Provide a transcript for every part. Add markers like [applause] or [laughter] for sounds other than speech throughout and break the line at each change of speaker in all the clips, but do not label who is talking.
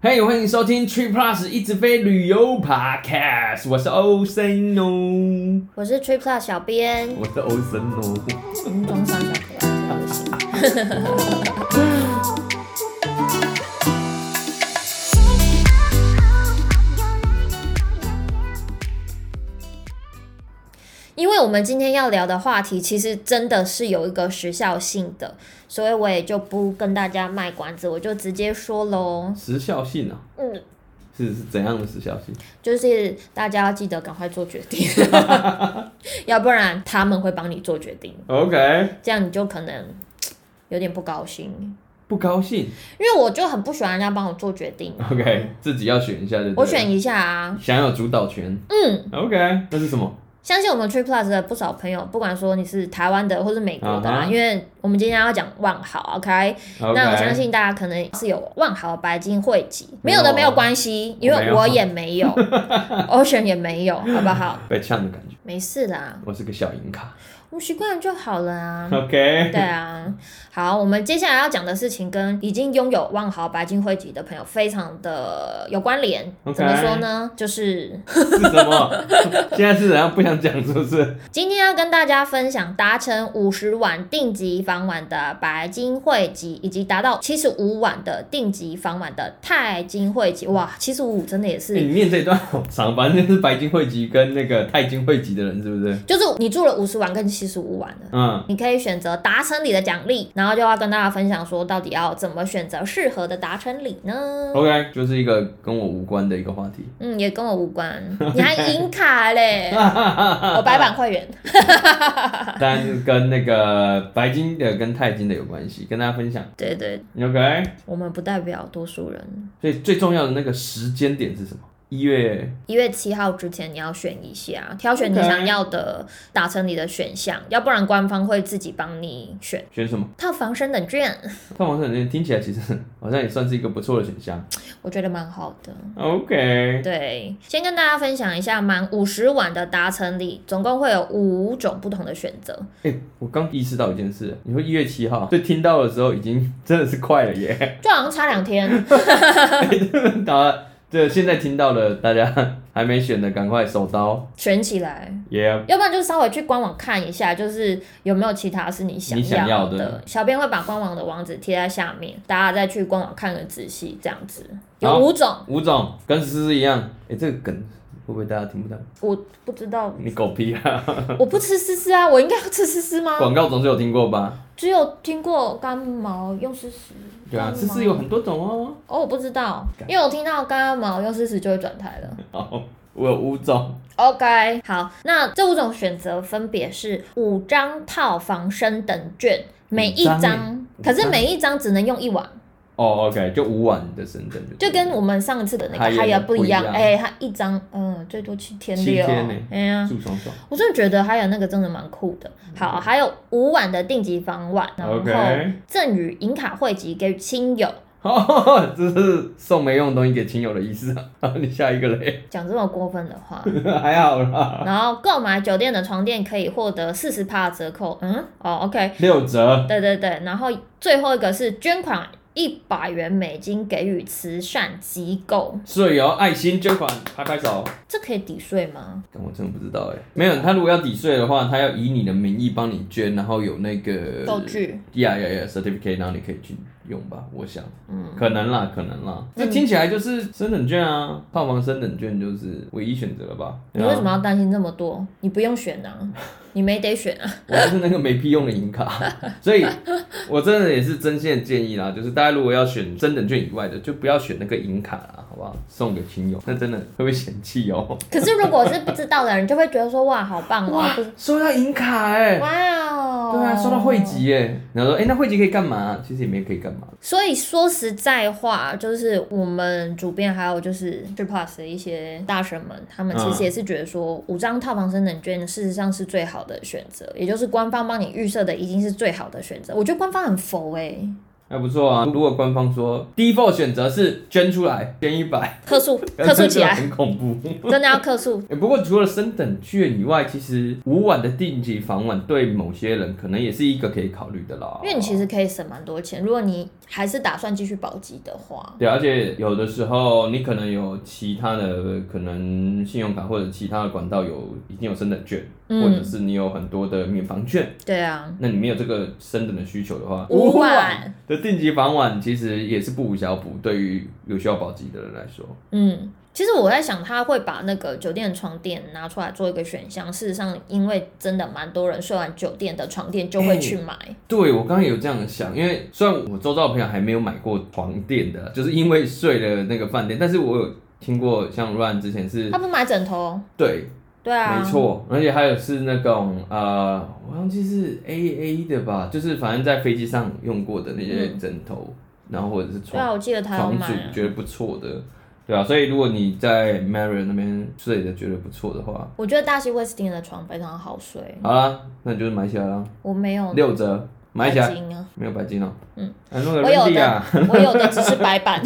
嘿欢迎收听 Tree Plus 一直飞旅游 Podcast，我是欧森哦，
我是 Trip Plus 小编，
我是欧森哦。
嗯，装上小可爱真的不行。因为我们今天要聊的话题，其实真的是有一个时效性的，所以我也就不跟大家卖关子，我就直接说喽。
时效性啊，
嗯，
是是怎样的时效性？
就是大家要记得赶快做决定， [laughs] 要不然他们会帮你做决定。
OK，
这样你就可能有点不高兴，
不高兴。
因为我就很不喜欢人家帮我做决定，
OK，自己要选一下就对了
我选一下啊。
想要有主导权。
嗯，
OK，那是什么？
相信我们 Trip Plus 的不少朋友，不管说你是台湾的或是美国的
啊
啦
哈
因为我们今天要讲万豪，OK？
o k
那我相信大家可能是有万豪白金汇集，没有的
没
没
有
有关系，因
没
为
有
我也没
[laughs]
有，Ocean 也没有，好不好？
被呛的感觉。
没事啦，
我是个小银卡。
我们习惯就好了啊。
OK， [laughs]
对啊，好，我们接下来要讲的事情跟已经拥有万豪白金汇集的朋友非常的有关联。
OK
怎么说呢？就是
是什么？现在是怎样不想讲是不是？
今天要跟大家分享达成五十晚定级房晚的白金汇集，以及达到七十五晚的定级房晚的钛金汇集。哇，七十五真的也是。
欸你念这一段好长，反正就是白金汇集跟那个钛金汇集的人是不是？
就是你住了五十晚跟七十五晚了，
嗯，
你可以选择达成你的奖励，然后就要跟大家分享说到底要怎么选择适合的达成礼呢？
OK，就是一个跟我无关的一个话题。
嗯，也跟我无关， [laughs] 你还银卡嘞， [laughs] 我白板会员。
[laughs] 但是跟那个白金的跟钛金的有关系，跟大家分享。
对对，
OK，
我们不代表多数人。
所以最重要的那个时间点是什么？一月
一月七号之前你要选一下，挑选你
OK
想要的达成你的选项，要不然官方会自己帮你选
选什么？
套房升等券，
套房生人听起来其实好像也算是一个不错的选项。
[laughs] 我觉得蛮好的。
OK，
对，先跟大家分享一下满五十晚的达成礼，总共会有五种不同的选择。
哎、我刚意识到一件事，你说一月七号，所以听到的时候已经真的是快了耶。 [laughs]
就好像差两天，
当然，这现在听到的大家还没选的，赶快手刀
选起来，
耶！
要不然就稍微去官网看一下，就是有没有其他是你想
你想要
要
的
小编会把官网的网址贴在下面，大家再去官网看个仔细，这样子
好
有五种，
吴总跟思思一样，哎、这个梗会不会大家听不到？
我不
[laughs]
知道，
你狗屁啊！
我不吃丝丝啊，我应该要吃丝丝吗？
广告总是有听过吧？
只有听过干毛用丝丝，
对啊，
干
思思
毛
有很多种哦。
哦，我不知道，因为我听到干毛用丝丝就会转台了。 [laughs]
好，我有五种。
OK，好，那这五种选择分别是五张套房升等券，每一
五张欸
张，可
五
是
张
每一张只能用一晚。
哦、o k 就五晚的深圳
就跟我们上次的那
它
个
也
海牙不一样
不，一样
哎、它一张嗯最多七天
七
六，
天呢
哎呀，
住爽爽。
我真的觉得海牙那个真的蛮酷的。好，还有五晚的定级房晚，然后
嗯 OK [laughs]
赠与银卡汇集给亲友，
哦，这是送没用的东西给亲友的意思啊！ [laughs] 你下一个嘞，
讲这么过分
[laughs]
的话。
还好啦，
然后购买酒店的床垫可以获得四十趴折扣，嗯，哦，OK，
六折。
对对对，然后最后一个是捐款一百元美金给予慈善机构，
所以哦，爱心捐款，拍拍手。
这可以抵税吗？
但我真的不知道哎、没有，他如果要抵税的话，他要以你的名义帮你捐，然后有那个
道具，
呀呀呀 certificate，然后你可以去用吧，我想，
嗯，
可能啦，可能啦，这听起来就是升等券啊，套房升等券就是唯一选择了吧？
你
对啊
为什么？要担心这么多？你不用选啊， [laughs] 你没得选啊。
我就是那个没屁用的银卡，
[laughs]
所以我真的也是真心的建议啦，就是大家如果要选升等券以外的，就不要选那个银卡啦，好不好？送给亲友，那真的会被嫌弃哦。
可是如果是不知道的人，就会觉得说哇，好棒哦，不是
收到银卡哎、
哇哦，
对啊，收到汇。集耶，然后说，哎、那汇集可以干嘛？其实也没可以干嘛。
所以说实在话，就是我们主编还有就是 t r i Plus 的一些大神们，他们其
嗯
实也是觉得说，五张套房升等券事实上是最好的选择，也就是官方帮你预设的已经是最好的选择。我觉得官方很佛
[laughs]
哎、欸，
还不错啊，如果官方说 default 选择是捐出来，捐一
[laughs]
百，
克数
啊
克数起来，
很恐
[laughs]
怖。
真的要
[laughs]
克数。
欸不过除了升等券以外，其实五晚的定级房晚对某些人可能也是一个可以考虑的啦。
因为你其实可以省蛮多钱，如果你还是打算继续保级的话，
对，而且有的时候你可能有其他的可能信用卡或者其他的管道有已经有升等券，
嗯
或者是你有很多的免房券，
对啊，
那你没有这个升等的需求的话，
五
晚
晚，
的定级房晚其实也是不无小补，对于有需要保级的人来说，
嗯。其实我在想，他会把那个酒店床垫拿出来做一个选项。事实上，因为真的蛮多人睡完酒店的床垫就会去买，
对我刚刚也有这样想，因为虽然我周遭的朋友还没有买过床垫的，就是因为睡了那个饭店，但是我有听过像 Run 之前是
他不买枕头，
对
对啊，
嗯没，错，而且还有是那种呃，我忘记是 A A 的吧，就是反正在飞机上用过的那些枕头，然后或者是
对啊，
床、
我记得他有
床
买
主
啊。
觉得不错的，对啊，所以如果你在 Marriott 那边睡的觉得不错的话，
我觉得大西威斯汀的床非常好睡，
好啦，那你就是买起来啦，
我没有
六折买起
嗯白
来，
金啊，
没有白金哦、
嗯
啊，那个
我有
Randy
的
啊，
我有的只是白板。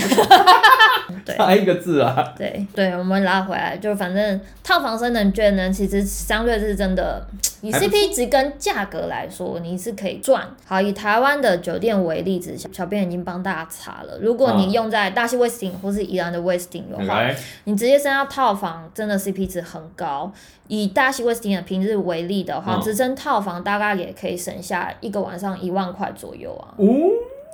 [laughs]
对
差一个字啊，
对对，我们拉回来，就反正套房生能券呢，其实相对是真的，以
还不
CP 值跟价格来说，你是可以赚。好，以台湾的酒店为例子，小小编已经帮大家查了，如果你
嗯
用在大西威斯汀或是宜兰的威斯汀的话，
来，
你直接升到套房，真的 CP 值很高。以大西威斯汀的平日为例的话，
嗯
直升套房大概也可以省下一个晚上一万块左右啊。
哦，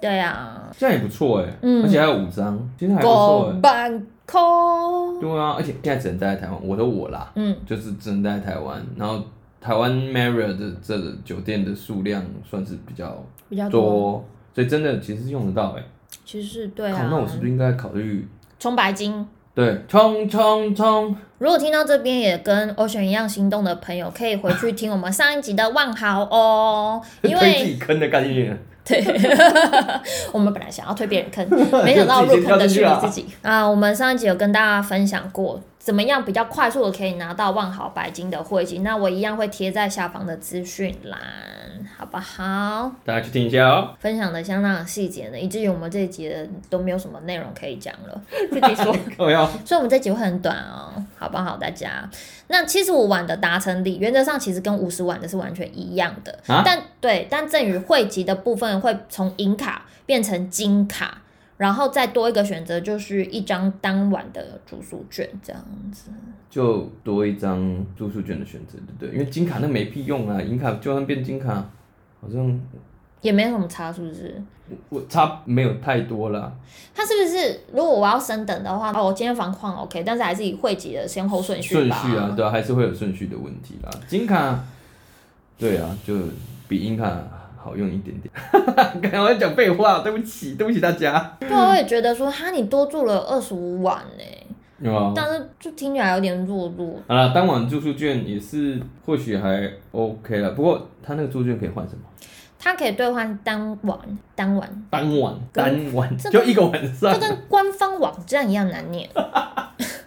对啊，
这样也不错哎、
嗯
而且还有五张，其实还不错
狗
哎、
板空，
对啊，而且现在只能待在台湾，我的我啦，
嗯，
就是只能待在台湾，然后台湾 Marriott 的这酒店的数量算是比较
比较多。
多，所以真的其实是用得到哎、
其实嗯对
靠
啊，
那我是不是应该考虑？
冲白金。
对，冲冲冲！
如果听到这边也跟 Ocean 一样心动的朋友，可以回去听我们上一集的万豪哦，因
[laughs] 推自
为
己坑的概念，
对，我们本来想要推别
[laughs]
人坑，没想到入坑的是你自己啊！我们上一集有跟大家分享过，怎么样比较快速的可以拿到万豪白金的汇集，那我一样会贴在下方的资讯栏，好不好？
大家去听一下哦。
分享的相当的细节呢，以至于我们这一集的都没有什么内容可以讲
[laughs]
了，自己说。
我要
所以我们这集会很短哦，好不好？大家，那七十五晚的达成率原则上其实跟五十晚的是完全一样的，
啊
但对，但赠与汇集的部分会从银卡变成金卡，然后再多一个选择就是一张当晚的住宿券这样子。
就多一张住宿券的选择，对不对？因为金卡那没屁用啊，银卡就算变金卡，好像
也没什么差，是不是？
我差没有太多啦。
它是不是？如果我要升等的话，哦，我今天房况 OK，但是还是以汇集的先后顺序
顺
吧。
序啊，对啊，还是会有顺序的问题啦。金卡，对啊，就比银卡好用一点点。 [laughs] 刚才我在讲废话，对不起，对不起大家。
对啊，我也觉得说，哈，你多住了二十五晚呢、
有啊，
但是就听起来有点弱弱
好了，当晚住宿券也是或许还 OK 了，不过他那个住宿券可以换什么？
它可以兑换单晚单晚，
当晚，当晚
这
就一个晚上
这，跟官方网站一样难念。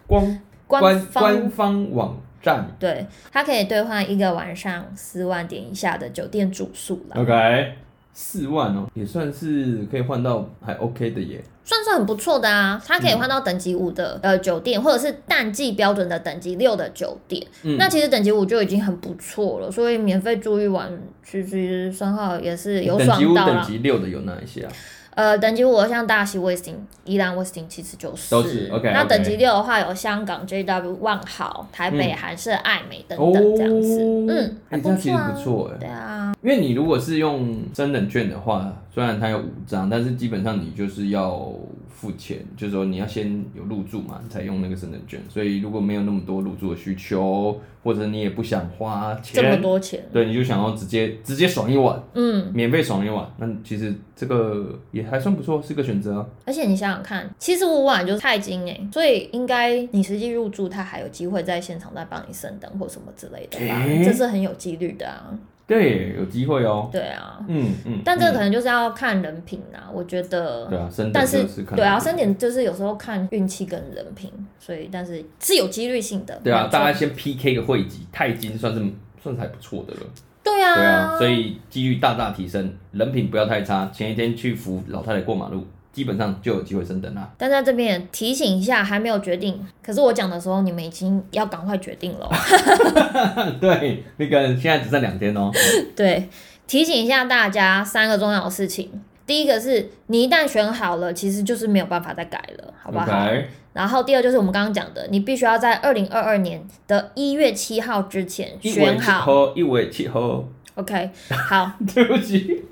光
官方
官方网站
对，它可以兑换一个晚上四万点以下的酒店住宿
呃
啦，
，OK，四万哦，也算是可以换到还 OK 的耶。
算是很不错的啊。它可以换到等级五的、呃酒店，或者是淡季标准的等级六的酒店。
嗯
那其实等级五就已经很不错了，所以免费住一晚，其实三号也是有
等级
爽
五、
到
等
啦。
级六的有哪一些啊？
呃，等级五像大西威斯汀、宜兰威斯汀其实就是，
都是，OK，
那
OK
等级六的话有香港 JW、万豪、台北
嗯
韩式爱美等
哦，
等这样子。嗯，还
哎这
不
样其
错
实
啊
不。错哎、
对啊，
因为你如果是用真人券的话，虽然它有五张，但是基本上你就是要付钱，就是说你要先有入住嘛，你才用那个真人券。所以如果没有那么多入住的需求，或者你也不想花
这么
钱，
多钱，
对，你就想要直接直接爽一晚，
嗯，
免费爽一晚，那其实这个也还算不错，是个选择啊。
而且你想想看，七十五晚就是钛金哎，所以应该你实际入住，他还有机会在现场再帮你升等或什么之类的吧，
诶
这是很有几率的啊。
对，有机会哦。
对啊，
嗯嗯，
但这个
嗯
可能就是要看人品啊，我觉得。
对啊，升等
但
就是是看
对啊，
人
三点就是有时候看运气跟人品，所以但是是有几率性的。
对啊，
没错
大家先 PK 个汇集，钛金算是算是还不错的了。
对啊，
对啊，所以几率大大提升，人品不要太差。前一天去扶老太太过马路，基本上就有机会升等
[laughs]
啦。
但在这边也提醒一下，还没有决定，可是我讲的时候你们已经要赶快决定
[laughs]
了哦。
对，
[laughs]
那个现在只剩两天哦。
对，提醒一下大家三个重要的事情。第一个是你一旦选好了，其实就是没有办法再改了，好不好
OK，
然后第二就是我们刚刚讲的，你必须要在二零二二年的一月七号之前
一尾
选
气
好。
候，一尾气
[laughs]
候，
OK，好。
对不起，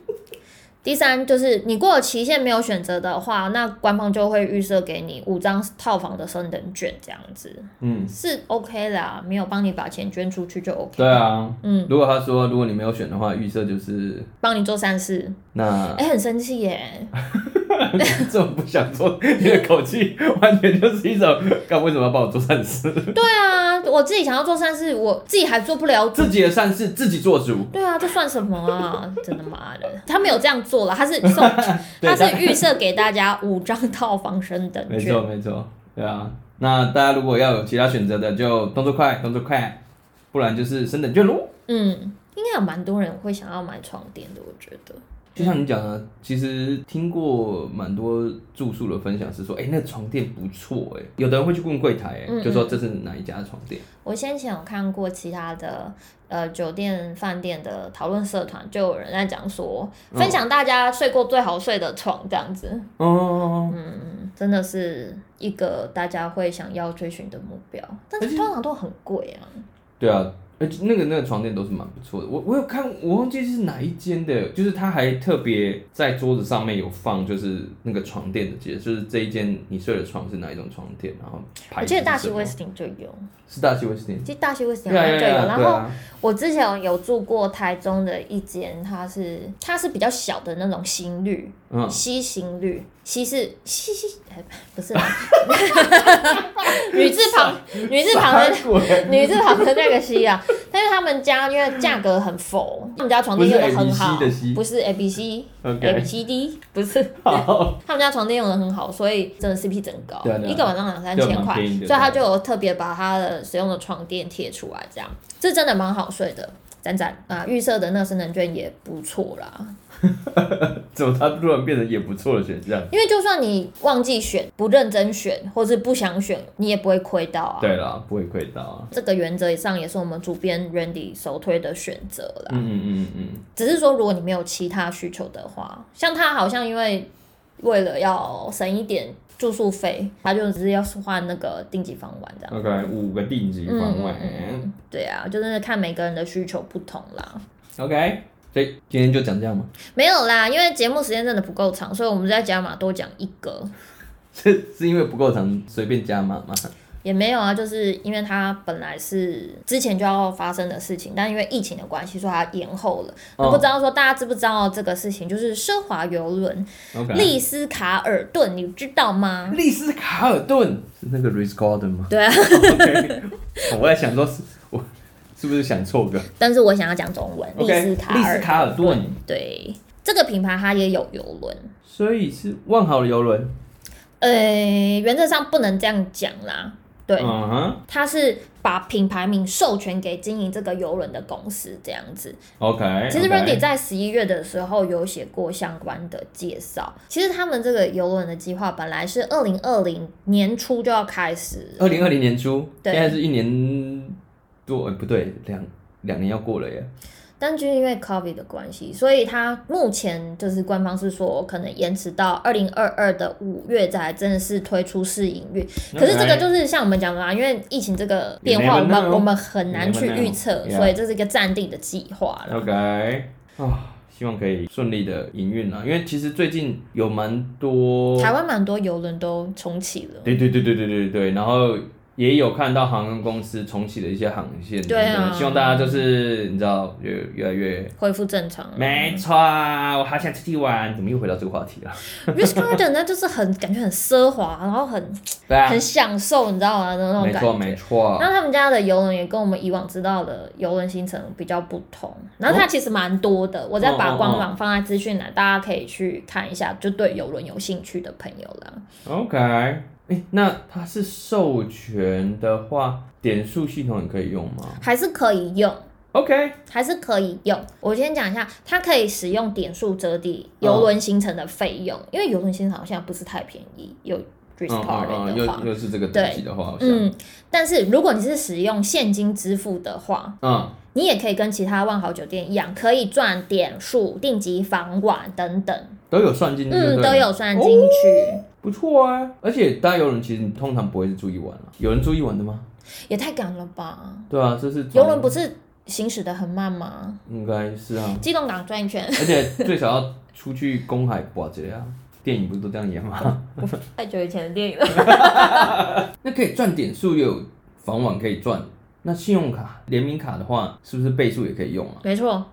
第三就是你过了期限没有选择的话，那官方就会预设给你五张套房的升等券，这样子
嗯，
是 OK 的啊，没有帮你把钱捐出去就 OK。
对，啊。
嗯，
如果他说如果你没有选的话，预设就是
帮你做善事， [laughs]
那
哎、很生气耶，
这种不想做，你的口气完全就是一种，干为什么要帮我做善事？
[laughs] 对啊，我自己想要做善事，我自己还做不了
自己的善事自己做主。
对啊，这算什么啊？真的妈的，他没有这样做了，他是送，
[laughs] 对
他是预设给大家五张套房升等
没
券
错，。没错，对啊。那大家如果要有其他选择的，就动作快，动作快，不然就是升等卷喽。
嗯，应该有蛮多人会想要买床垫的，我觉得。
就像你讲的，其实听过蛮多住宿的分享是说，哎、那床垫不错，哎，有的人会去问柜台，
嗯
哎，就说这是哪一家的床垫，
我先前有看过其他的呃酒店、饭店的讨论社团，就有人在讲说，
嗯
分享大家睡过最好睡的床这样子。
哦，
嗯，真的是一个大家会想要追寻的目标，但是通常都很贵啊。
对啊。而且那个那个床垫都是蛮不错的，我我有看，我忘记是哪一间的，就是他还特别在桌子上面有放，就是那个床垫的介绍，就是这一间你睡的床是哪一种床垫，然后牌
我
子
记得
是
大
什
西
么
威斯汀就有，
是大西威斯汀，
其实大西威斯汀
对
好
啊
像就
对
有，
啊
然
对
后。
啊，
我之前有住过台中的一间，它是它是比较小的那种新绿，
嗯，
西行绿，西是西西，哎不是啦，
[laughs]
女字旁女字旁的
傻鬼
女字旁的那个西啊。 [laughs] 但是他们家因为价格很佛，他们家床垫用的很好
不是 ABC 的西，
不是 A B C A B
，OK，
C D，不是
好，
他们家床垫用的很好，所以真的 CP 整高
对啊对，啊
一个晚上两三
就
千
蛮
块，
便宜的啊
所以他就有特别把他的使用的床垫贴出来，这样这真的蛮好睡的。赞赞啊，预设的那个生人券也不错啦，
怎么他突然变成也不错的选项？
因为就算你忘记选、不认真选，或是不想选，你也不会亏到啊。
对啦，不会亏到啊，
这个原则上也是我们主编 Randy 首推的选择啦。
嗯嗯嗯嗯嗯，
只是说，如果你没有其他需求的话，像他好像因为为了要省一点住宿费，他就只是要换那个定级房晚这样。
OK，五个定级
嗯
方
啊嗯嗯
案
嗯对啊，就是看每个人的需求不同啦。
，OK，所以今天就讲这样嘛，
没有啦，因为节目时间真的不够长，所以我们在加码多讲一个。
[laughs] 是是因为不够长，随便加 [laughs] 码嘛，
也没有啊，就是因为它本来是之前就要发生的事情，但因为疫情的关系，所以它延后了。
哦
我不知道说大家知不知道这个事情，就是奢华游轮
OK，
丽思卡尔顿，你知道吗？
丽斯卡尔顿是那个 r i s Garden 吗
对啊，
？OK，我在想说是，我是不是想错个
但是我想要讲中文，丽
？OK，
思卡
丽斯
尔
卡尔顿，
对这个品牌它也有游轮。
所以是万豪的游轮，
呃，原则上不能这样讲啦，对，
嗯哼
它是把品牌名授权给经营这个游轮的公司这样子，
哎，OK，
其实 Randy 在十一月的时候有写过相关的介绍。其实他们这个游轮的计划本来是二零二零年初就要开始了，
二零二零年初，
对
现在是一年多，哎、不对，两两年要过了耶。
但就是因为 COVID 的关系，所以它目前就是官方是说可能延迟到二零二二的五月才正式推出试营运。可是这个就是像我们讲的啦，啊因为疫情这个变化，我
You never
们
know
我们很难
You
去
never know
预测，
Yeah
所以这是一个暂定的计划了。
OK 啊、希望可以顺利的营运啊，因为其实最近有蛮多
台湾蛮多游轮都重启了。
对对对对对对对，然后也有看到航空公司重启的一些航线等等，
对啊
希望大家就是你知道越越来越。
恢复正常了，
没错，啊我好想出去玩，怎么又回到这个话题了？
Rich Garden 那就是很感觉很奢华，然后很
[laughs] 对啊
很，享受，你知道吗？那种
没
感
错
觉。
没错
然。后他们家的游轮也跟我们以往知道的游轮行程比较不同，然后它其实蛮多的，我再把官网放在资讯栏，大家可以去看一下，就对游轮有兴趣的朋友啦。
OK，哎、那它是授权的话，点数系统也可以用吗
还是可以用，
？OK，
还是可以用。我先讲一下，它可以使用点数折抵游轮行程的费用，因为游轮行程好像不是太便宜，有 d r i s
嗯
c a r
嗯嗯，
d 的话。
又又是这个等级的话，好像，
嗯，但是如果你是使用现金支付的话，
嗯，
你也可以跟其他万豪酒店一样，可以赚点数、定级房晚等等。
都有算进去，
嗯，都有，算进去，
不错啊。而且搭游轮其实通常不会是住一晚了，有人住一晚的吗？
也太赶了吧！
对啊，这是
游轮不是行驶的很慢吗？
应该是啊，
机动港转一圈，
而且最少要出去公海刮节啊。电影不是都这样演
嗯
吗？
太久以前的电影了。
那可以赚点数，又有房网可以赚。那信用卡联名卡的话，是不是倍数也可以用啊？
[laughs] 没错，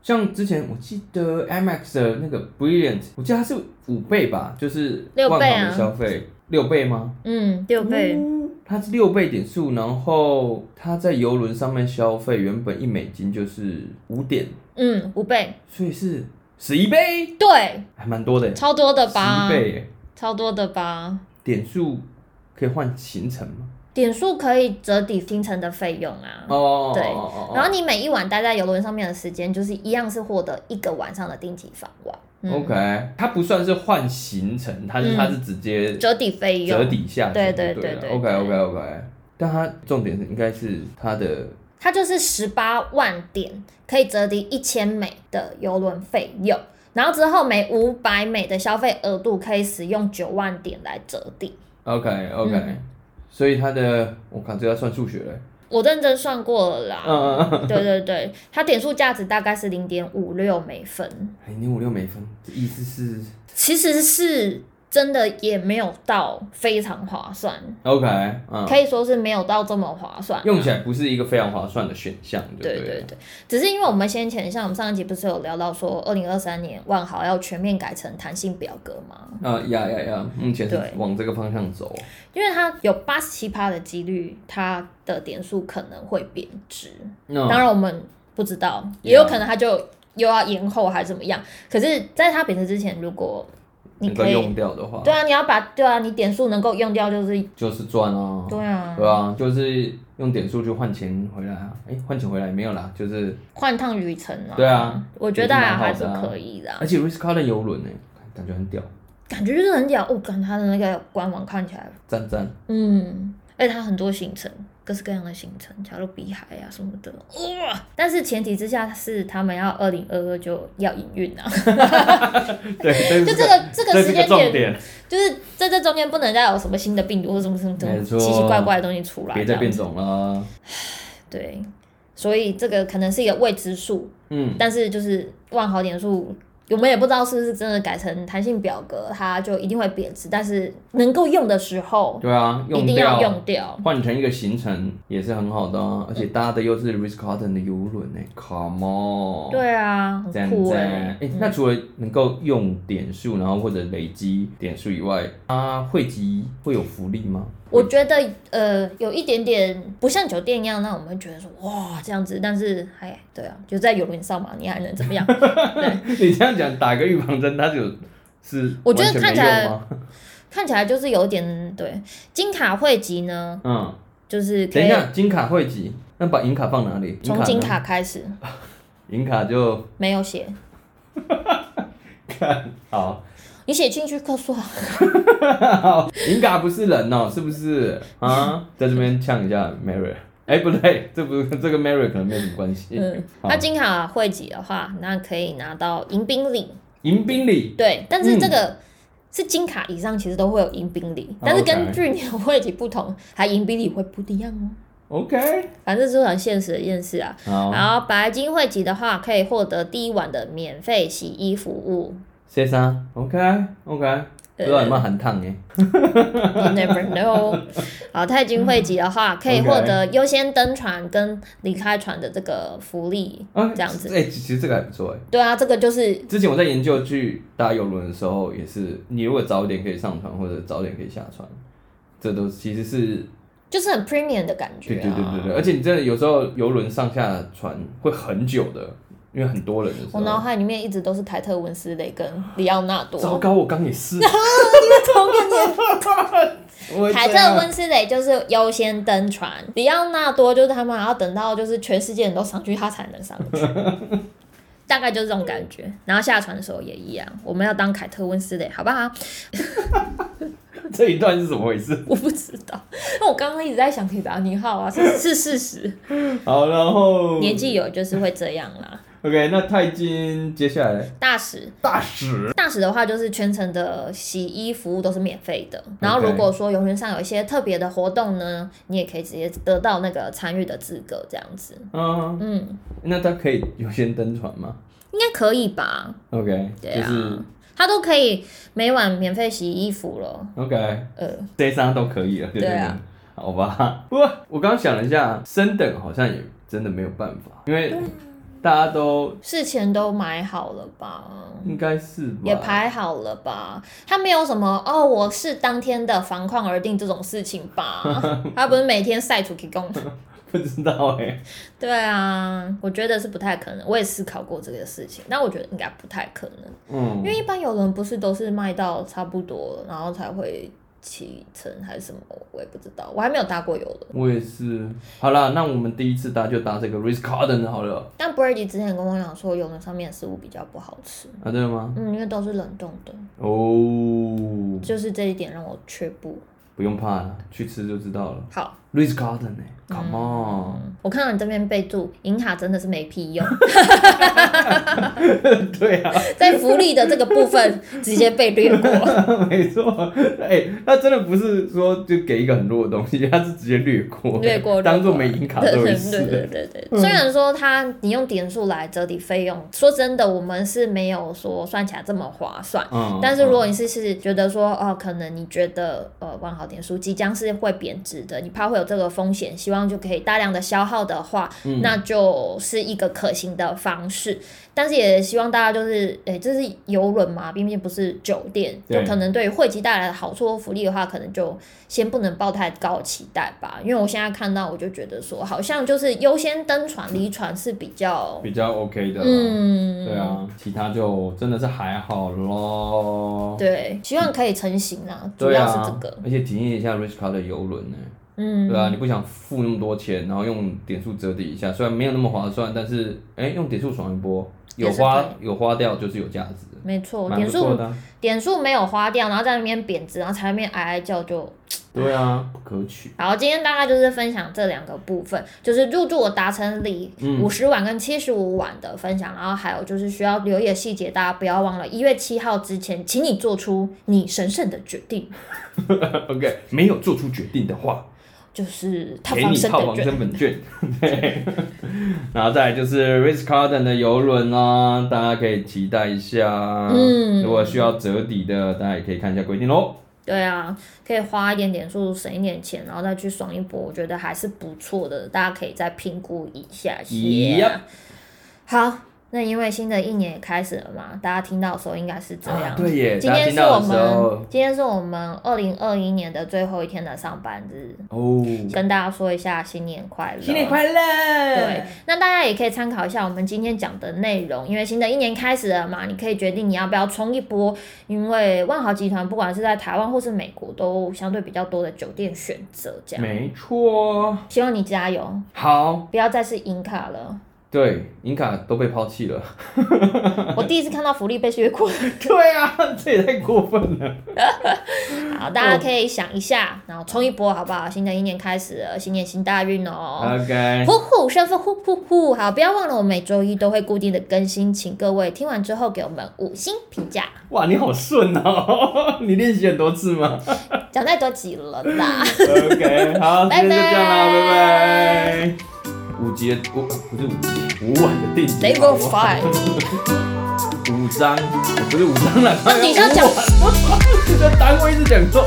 像之前我记得 IMAX 的那个 Brilliant，我记得它是五倍吧，就是
六
万
倍啊
豪的消费，六倍吗？
嗯，六倍，
它是六倍点数，然后它在游轮上面消费，原本一美金就是五点，
嗯，五倍，
所以是十一倍，
对，
还蛮多的耶，
超多的吧
十一？倍耶，
超多的吧？
点数可以换行程吗？
点数可以折抵行程的费用啊。
哦，
对
哦哦哦
然后你每一晚待在游轮上面的时间，就是一样是获得一个晚上的定级房晚。嗯
OK，它不算是换行程，它是、
嗯
它是直接
折抵费用，
折抵下去
对
就
对
对
对对
o k OK OK，但它重点是应该是它的
它就是十八万点可以折抵一千美的邮轮费用，然后之后每五百美的消费额度可以使用九万点来折抵。
OK OK，、所
嗯
以它的我靠，这要算数学了，
我认真算过了啦，
嗯嗯嗯，
对对对，它点数价值大概是零点五六美分，
哎，零五六美分，这意思是
其实是真的也没有到非常划算，
OK，嗯，
可以说是没有到这么划算啊。
用起来不是一个非常划算的选项，对
对
不
对对，只是因为我们先前像我们上一集不是有聊到说，二零二三年万豪要全面改成弹性表格吗？
呃，呀呀呀，目前是
对
往这个方向走，
因为它有八十七趴的几率，它的点数可能会贬值。
那
当然我们不知道，
嗯 Yeah
也有可能它就又要延后还是怎么样。可是，在它贬值之前，如果你
能够
可以，
用掉的话，
对啊，你要把对啊，你点数能够用掉，就是
就是赚啊，
对啊，
对啊，就是用点数去换钱回来啊，哎，换钱回来没有啦，就是
换趟旅程啊。
对啊，
我觉得
也是
啊
蛮好
还是
的啊
可以的啊、
而且 Ritz Carlton 游轮呢，感觉很屌，
感觉就是很屌。哦，感觉它的那个官网看起来，
赞赞，
嗯，而且它很多行程。各式各样的行程，假如比海啊什么的，哇！但是前提之下是他们要二零二二就要营
[laughs]
运啊，
[laughs] 对，
就这个这个时间点，
点，
就是在这中间不能再有什么新的病毒或什么什么什么
没
奇
错
奇怪怪的东西出来，
别
这
再
样
变
子。
种了，
对，所以这个可能是一个未知数，
嗯，
但是就是万豪点数。我们也不知道是不是真的改成弹性表格，它就一定会贬值。但是能够用的时候，
对啊，
一
用
定要用
掉。
掉。
换成一个行程也是很好的、啊，而且搭的又是 Ritz Carlton 的游轮呢，Come on，，
对啊，
这样
很酷
子
哎、
啊。哎、那除了能够用点数，然后或者累积点数以外，它汇集会有福利吗？
我觉得呃，有一点点不像酒店一样，那我们会觉得说哇这样子，但是还对啊，就在游轮上嘛，你还能怎么样？
[laughs]
[laughs]
你这样讲，打个预防针，它就是
我觉
完全没
得看起来
用吗？
看起来就是有点对。金卡汇集呢，
嗯，
就是可
等一
以
下，金卡汇集，那把银卡放哪里？
从金
呢，
卡开始，
银卡就
没有写，
看好，
你写进去克数啊。
银卡不是人哦，是不是啊？在这边呛一下 Mary，哎、不对，这不这个 Mary 可能没有什么关系。
嗯，
好
那金卡汇集的话，那可以拿到迎宾礼，
迎宾礼
对，但
嗯
是这个。是金卡以上其实都会有迎宾礼，但是
哦 OK
根据你的汇集不同，它迎宾礼会不一样哦。
，OK，
反正就是很现实的一件事啊。
好，
然后白金汇集的话，可以获得第一晚的免费洗衣
[laughs]
服务。
谢生，OK OK，不知道有没有含烫哎，
You never know。好，钛金汇集的话，可以获得优先登船跟离开船的这个福利，
啊
这样子。
哎、其实这个还不错哎。
对啊，这个就是
之前我在研究去搭游轮的时候，也是你如果早点可以上船，或者早点可以下船，这都其实是
就是很 premium 的感觉
对
啊。
对对对对，而且你真的有时候游轮上下船会很久的，因为很多人的时
我脑
候。
海里面一直都是凯特·温斯雷跟里奥纳多。
糟糕，我刚也
[laughs]
是。我
凯
这
特
样
·温斯雷就是优先登船，里奥纳多就是他们还要等到就是全世界人都上去，他才能上去。
[laughs]
大概就是这种感觉，然后下船的时候也一样，我们要当凯特温斯雷，好不好？ [laughs]
这一段是怎么回事？
我不知道，因为我刚刚一直在
[laughs]
想铁达尼号啊，是是事实。
好，然后
年纪有就是会这样啦。
OK，那钛金接下来
大使，
大使
大使的话就是全程的洗衣服务都是免费的。然后如果说游轮上有一些特别的活动呢，你也可以直接得到那个参与的资格，这样子。
嗯，
嗯，
那他可以优先登船吗
应该可以吧？
？OK，
对
就
啊
是
他都可以每晚免费洗衣服了。
OK，
呃，
这三都可以了，就这
对
个
啊，
好吧。不过我刚想了一下，升等好像也真的没有办法，因
啊
为大家都
事前都买好了吧？
应该是吧，
也排好了吧？他没有什么哦，我是当天的房况而定这种事情吧？他不是每天晒出提供？
不知道哎、
对啊，我觉得是不太可能。我也思考过这个事情，但我觉得应该不太可能，
嗯
因，为一般有人不是都是卖到差不多了，然后才会启程还是什么，我也不知道，我还没有搭过游轮。
我也是。好啦，那我们第一次搭就搭这个 Ritz Carlton 好了。但
但 Brady 之前跟我讲说，游轮上面的食物比较不好吃，
啊，真的吗？
嗯，因为都是冷冻的，
哦，
就是这一点让我却步。
不用怕啦，去吃就知道了。
好，嗯
Ritz Carlton 哎、c o m
我看到你这边备注，银卡真的是没屁用，
on，对 [laughs] 啊，
在福利的这个部分直接被略过。
没错，哎、他真的不是说就给一个很弱的东西，他是直接略过，
略
[laughs]
过，
当做
略过
没银卡
对
这回
对
事。
[laughs] 对对对对对。虽然说它你用点数来折抵费用，说真的，我们是没有说算起来这么划算。
嗯
但是如果你是是觉得说，哦，可能你觉得呃万豪点数即将是会贬值的，你怕会有这个风险，希望就可以大量的消耗的话，
嗯
那就是一个可行的方式。但是也希望大家就是，诶、这是游轮嘛，毕竟不是酒店，就
对
可能对于汇集带来的好处或福利的话，可能就先不能抱太高的期待吧。因为我现在看到，我就觉得说，好像就是优先登船、离船是比较，
比较啊 OK 的啦，
嗯，
对啊，其他就真的是还好咯。
对，希望可以成型啦，主
对
要
啊，
是这个。
而且体验一下 Rich Car 的游轮呢，
嗯，
对啊，你不想付那么多钱，然后用点数折抵一下，虽然没有那么划算，但是哎、用点数爽一波，有
也是
花有花掉就是有价值的，
没错，
蛮
点
不错
数
的啊。
点数没有花掉，然后在那边贬值，然后才在那边哀哀叫就。
对啊，不可取。 [laughs]
好，今天大概就是分享这两个部分，就是入住我达成里
嗯
五十晚跟七十五晚的分享，然后还有就是需要留意的细节，大家不要忘了，一月七号之前，请你做出你神圣的决定，
OK，没有做出决定的话，
就是套
给
房
你
生
套
的
房
决
身本券，对，然后再来就是 Ritz Carlton 的游轮啦，大家可以期待一下。
嗯
如果需要折抵的，大家也可以看一下规定喽。
对啊，可以花一点点数，省一点钱，然后再去爽一波，我觉得还是不错的，大家可以再评估一下下。
Yep
好，那因为新的一年也开始了嘛，大家听到的时候应该是这样。
啊对耶，
今
大家听
天是我
到的时候
们，今天是我们二零二一年的最后一天的上班日，
哦，
跟大家说一下新年快乐，
新年快乐！
对，那大家也可以参考一下我们今天讲的内容，因为新的一年开始了嘛，你可以决定你要不要冲一波。因为万豪集团不管是在台湾或是美国，都相对比较多的酒店选择，这样。
没错。
希望你加油，
好，
不要再是银卡了。
对，银卡都被抛弃了。
我第一次看到福利被削过。
[laughs] 对啊，这也太过分了。
好，大家可以想一下，然后冲一波好不好？新的一年开始了，新年新大运哦。
[laughs] 哎 OK，
[laughs] 呼呼，胜负呼呼呼！好，不要忘了，我每周一都会固定的更新，请各位听完之后给我们五星评价。
哇，你好顺哦， [laughs] 你练习很多次吗？
讲太多集了啦。
OK，好， [laughs] 今天就
拜拜
这样啦，拜拜。五节五不是五节五晚的定级
Level
好不好
Five，
[laughs] 五章不是五章了， [laughs]
那你是要讲
五晚那单位是讲错。